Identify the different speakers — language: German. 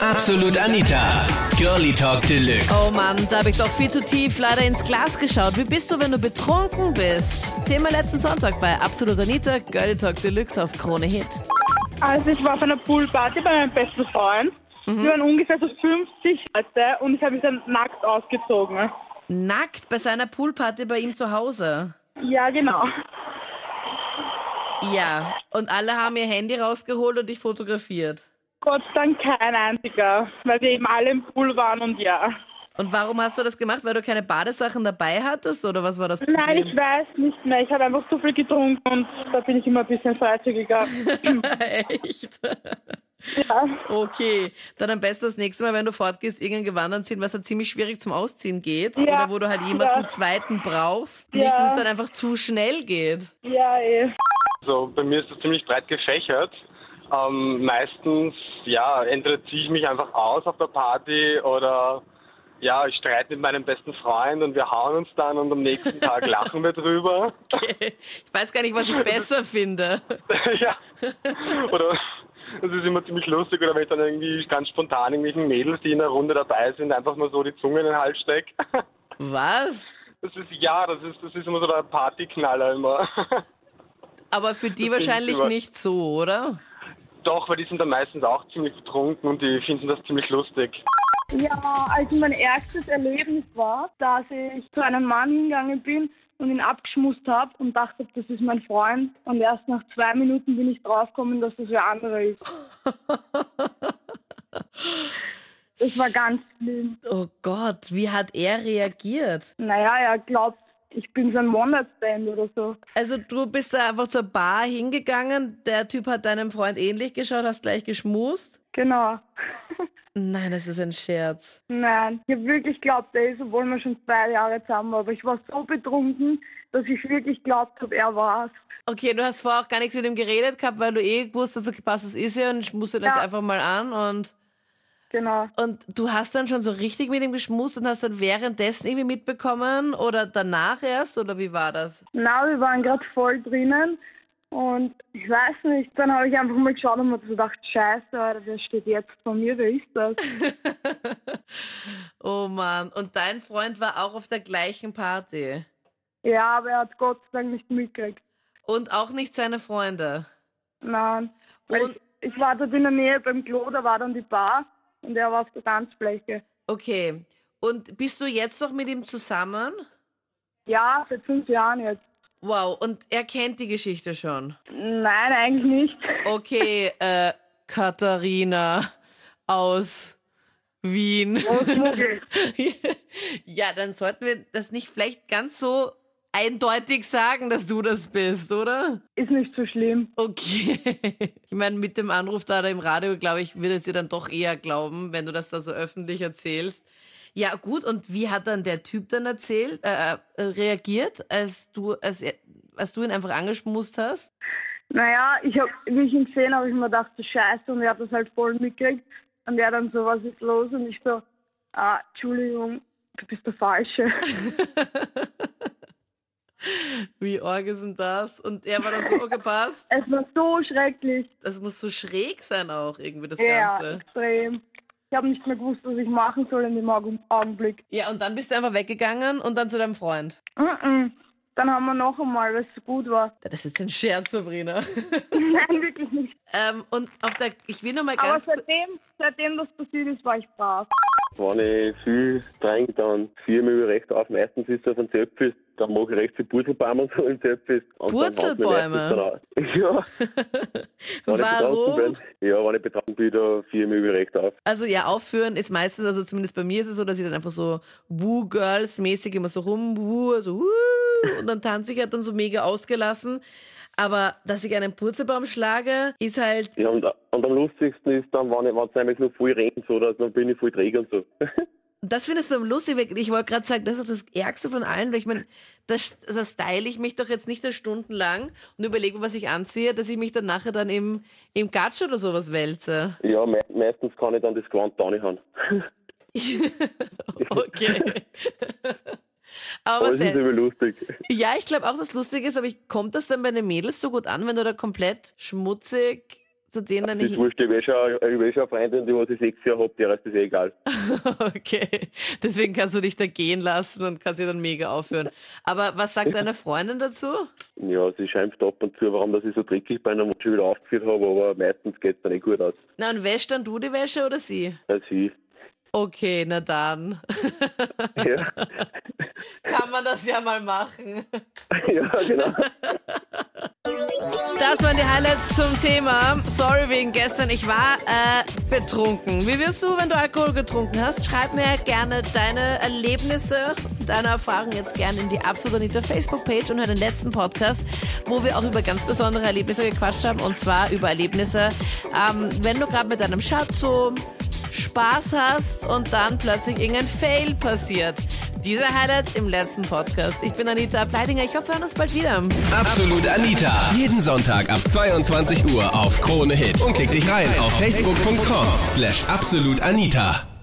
Speaker 1: Absolut Anita. Girlie Talk Deluxe.
Speaker 2: Oh Mann, da habe ich doch viel zu tief leider ins Glas geschaut. Wie bist du, wenn du betrunken bist? Thema letzten Sonntag bei Absolut Anita, Girlie Talk Deluxe auf Krone Hit.
Speaker 3: Also ich war auf einer Poolparty bei meinem besten Freund. Wir waren ungefähr so 50 Leute und ich habe mich dann nackt ausgezogen.
Speaker 2: Nackt bei seiner Poolparty bei ihm zu Hause.
Speaker 3: Ja, genau.
Speaker 2: Ja, und alle haben ihr Handy rausgeholt und dich fotografiert.
Speaker 3: Gott sei Dank kein einziger, weil wir eben alle im Pool waren und ja.
Speaker 2: Und warum hast du das gemacht? Weil du keine Badesachen dabei hattest oder was war das Problem?
Speaker 3: Nein, ich weiß nicht mehr. Ich habe einfach zu viel getrunken und da bin ich immer ein bisschen freizügiger.
Speaker 2: Echt? Okay, dann am besten das nächste Mal, wenn du fortgehst, irgendein Gewand anziehen, was ja ziemlich schwierig zum Ausziehen geht.
Speaker 3: Ja,
Speaker 2: Oder wo du halt jemanden
Speaker 3: ja.
Speaker 2: zweiten brauchst.
Speaker 3: Ja.
Speaker 2: Nicht, dass es dann einfach zu schnell geht.
Speaker 3: ja, eh.
Speaker 4: Also bei mir ist das ziemlich breit gefächert. Ähm, meistens, ja, entweder ziehe ich mich einfach aus auf der Party oder ja, ich streite mit meinem besten Freund und wir hauen uns dann und am nächsten Tag lachen wir drüber.
Speaker 2: Ich weiß gar nicht, was ich besser finde.
Speaker 4: ja. Oder das ist immer ziemlich lustig, oder wenn ich dann irgendwie ganz spontan irgendwelchen Mädels, die in der Runde dabei sind, einfach mal so die Zunge in den Hals stecke.
Speaker 2: Was?
Speaker 4: Das ist ja, das ist das ist immer so der Partyknaller immer.
Speaker 2: Aber für die
Speaker 4: ich
Speaker 2: wahrscheinlich
Speaker 4: über-
Speaker 2: nicht so, oder?
Speaker 4: Doch, weil die sind dann meistens auch ziemlich betrunken und die finden das ziemlich lustig.
Speaker 3: Ja, also mein ärgstes Erlebnis war, dass ich zu einem Mann hingegangen bin und ihn abgeschmust habe und dachte, das ist mein Freund. Und erst nach zwei Minuten bin ich draufgekommen, dass das wer anderer ist. Das war ganz schlimm.
Speaker 2: Oh Gott, wie hat er reagiert?
Speaker 3: Naja, er glaubt, ich bin sein One-Night-Stand oder so.
Speaker 2: Also du bist da einfach zur Bar hingegangen, der Typ hat deinem Freund ähnlich geschaut, hast gleich geschmust.
Speaker 3: Genau.
Speaker 2: Nein, das ist ein Scherz.
Speaker 3: Nein, ich habe wirklich geglaubt, er ist, obwohl wir schon zwei Jahre zusammen waren. Aber ich war so betrunken, dass ich wirklich geglaubt habe, er war's.
Speaker 2: Okay, du hast vorher auch gar nichts mit ihm geredet gehabt, weil du eh gewusst hast, okay, passt, das ist ja und ich musste das
Speaker 3: Ja.
Speaker 2: einfach mal an und,
Speaker 3: Genau.
Speaker 2: und du hast dann schon so richtig mit ihm geschmust und hast dann währenddessen irgendwie mitbekommen oder danach erst oder wie war das?
Speaker 3: Na, wir waren gerade voll drinnen und ich weiß nicht, dann habe ich einfach mal geschaut und mir so gedacht, scheiße, Alter, der steht jetzt vor mir, wer ist das?
Speaker 2: oh Mann, und dein Freund war auch auf der gleichen Party
Speaker 3: ja, aber er hat Gott sei Dank nicht mitgekriegt.
Speaker 2: und auch nicht seine Freunde.
Speaker 3: Nein. Weil
Speaker 2: Und-
Speaker 3: ich, ich war dort in der Nähe beim Klo, da war dann die Bar und er war auf der Tanzfläche.
Speaker 2: Okay, und bist du jetzt noch mit ihm zusammen?
Speaker 3: Ja, seit fünf Jahren jetzt.
Speaker 2: Wow, und er kennt die Geschichte schon.
Speaker 3: Nein, eigentlich nicht.
Speaker 2: Okay, äh, Katharina aus Wien.
Speaker 3: Großmuggel.
Speaker 2: Oh. ja, dann sollten wir das nicht vielleicht ganz so eindeutig sagen, dass du das bist, oder?
Speaker 3: Ist nicht so schlimm.
Speaker 2: Okay. Ich meine, mit dem Anruf da oder im Radio, glaube ich, würde es dir dann doch eher glauben, wenn du das da so öffentlich erzählst. Ja, gut, und wie hat dann der Typ dann erzählt, äh, äh, reagiert, als du, als, er, als du ihn einfach angeschmust hast?
Speaker 3: Naja, ich hab, wie ich ihn gesehen habe, ich mir gedacht, so scheiße, und er hat das halt voll mitgekriegt. Und er dann so, was ist los? Und ich so, ah, Entschuldigung, du bist der Falsche.
Speaker 2: Wie arg ist denn das? Und er war dann so, okay, passt.
Speaker 3: es war so schrecklich.
Speaker 2: Das muss so schräg sein auch, irgendwie das
Speaker 3: Ja,
Speaker 2: Ganze.
Speaker 3: extrem. Ich habe nicht mehr gewusst, was ich machen soll in dem Augen- Augenblick.
Speaker 2: Ja, und dann bist du einfach weggegangen und dann zu deinem Freund.
Speaker 3: Mm-mm. Dann haben wir noch einmal, weil es so gut war.
Speaker 2: Das ist ein Scherz, Sabrina.
Speaker 3: Nein, wirklich nicht.
Speaker 2: ähm, und auf der, ich will nochmal
Speaker 3: Aber
Speaker 2: ganz kurz-
Speaker 3: seitdem, seitdem das passiert ist, war ich brav.
Speaker 5: Wenn ich viel trinke, dann ziehe ich mich über rechts auf. Meistens ist das ein Zöpfist. Dann mache ich rechts die Purzelbäume so im Zöpfist. Und dann haut mich
Speaker 2: Purzelbäume?
Speaker 5: meistens dann aus. Ja, wenn ich
Speaker 2: Warum?
Speaker 5: betrunken bin. Ja, wenn ich betrunken bin, dann ziehe ich mich über rechts auf.
Speaker 2: Also ja, aufführen ist meistens, also zumindest bei mir ist es so, dass ich dann einfach so Woo-Girls-mäßig immer so rum, woo, so woo, und dann tanze ich halt dann so mega ausgelassen. Aber dass ich einen Purzelbaum schlage, ist halt,
Speaker 5: Ja, und, und am lustigsten ist dann, wenn es nämlich noch voll regnet, so, dass, dann bin ich voll träge und so.
Speaker 2: das findest du am lustig. weil Ich wollte gerade sagen, das ist auch das Ärgste von allen, weil ich meine, das, das style ich mich doch jetzt nicht da stundenlang und überlege, was ich anziehe, dass ich mich dann nachher dann im, im Gatsch oder sowas wälze.
Speaker 5: ja, me meistens kann ich dann das Gewand da nicht haben.
Speaker 2: okay. Aber
Speaker 5: Aber es ist
Speaker 2: sel-
Speaker 5: immer lustig.
Speaker 2: ja, ich glaube auch, dass lustig ist, aber ich, kommt das dann bei den Mädels so gut an, wenn du da komplett schmutzig du den dann
Speaker 5: Das ist
Speaker 2: hin?
Speaker 5: wurscht, ich habe eh schon eine- ich hab eh schon eine Freundin, die was ich sechs Jahre habe, der ist das eh egal.
Speaker 2: Okay. Deswegen kannst du dich da gehen lassen und kannst dir dann mega aufhören. Aber was sagt deine Freundin dazu?
Speaker 5: Ja, sie schimpft ab und zu, warum dass ich so dreckig bei einer schon wieder aufgeführt habe, aber meistens geht es dann eh gut aus.
Speaker 2: Na, und wäschst dann du die Wäsche oder sie?
Speaker 5: Also ich.
Speaker 2: Okay, na dann.
Speaker 5: Ja.
Speaker 2: Kann man das ja mal machen.
Speaker 5: ja, genau.
Speaker 2: Das waren die Highlights zum Thema. Sorry wegen gestern, ich war äh, betrunken. Wie wirst du, wenn du Alkohol getrunken hast? Schreib mir gerne deine Erlebnisse, deine Erfahrungen jetzt gerne in die Absolut Anita Facebook-Page und hör den letzten Podcast, wo wir auch über ganz besondere Erlebnisse gequatscht haben. Und zwar über Erlebnisse, ähm, wenn du gerade mit deinem Schatz so Spaß hast und dann plötzlich irgendein Fail passiert. Diese Highlights im letzten Podcast. Ich bin Anita Pleidinger. Ich hoffe, wir hören uns bald wieder.
Speaker 1: Absolut Anita. Jeden Sonntag ab 22 Uhr auf Krone Hit. Und klick dich rein auf facebook.com slash absolutanita.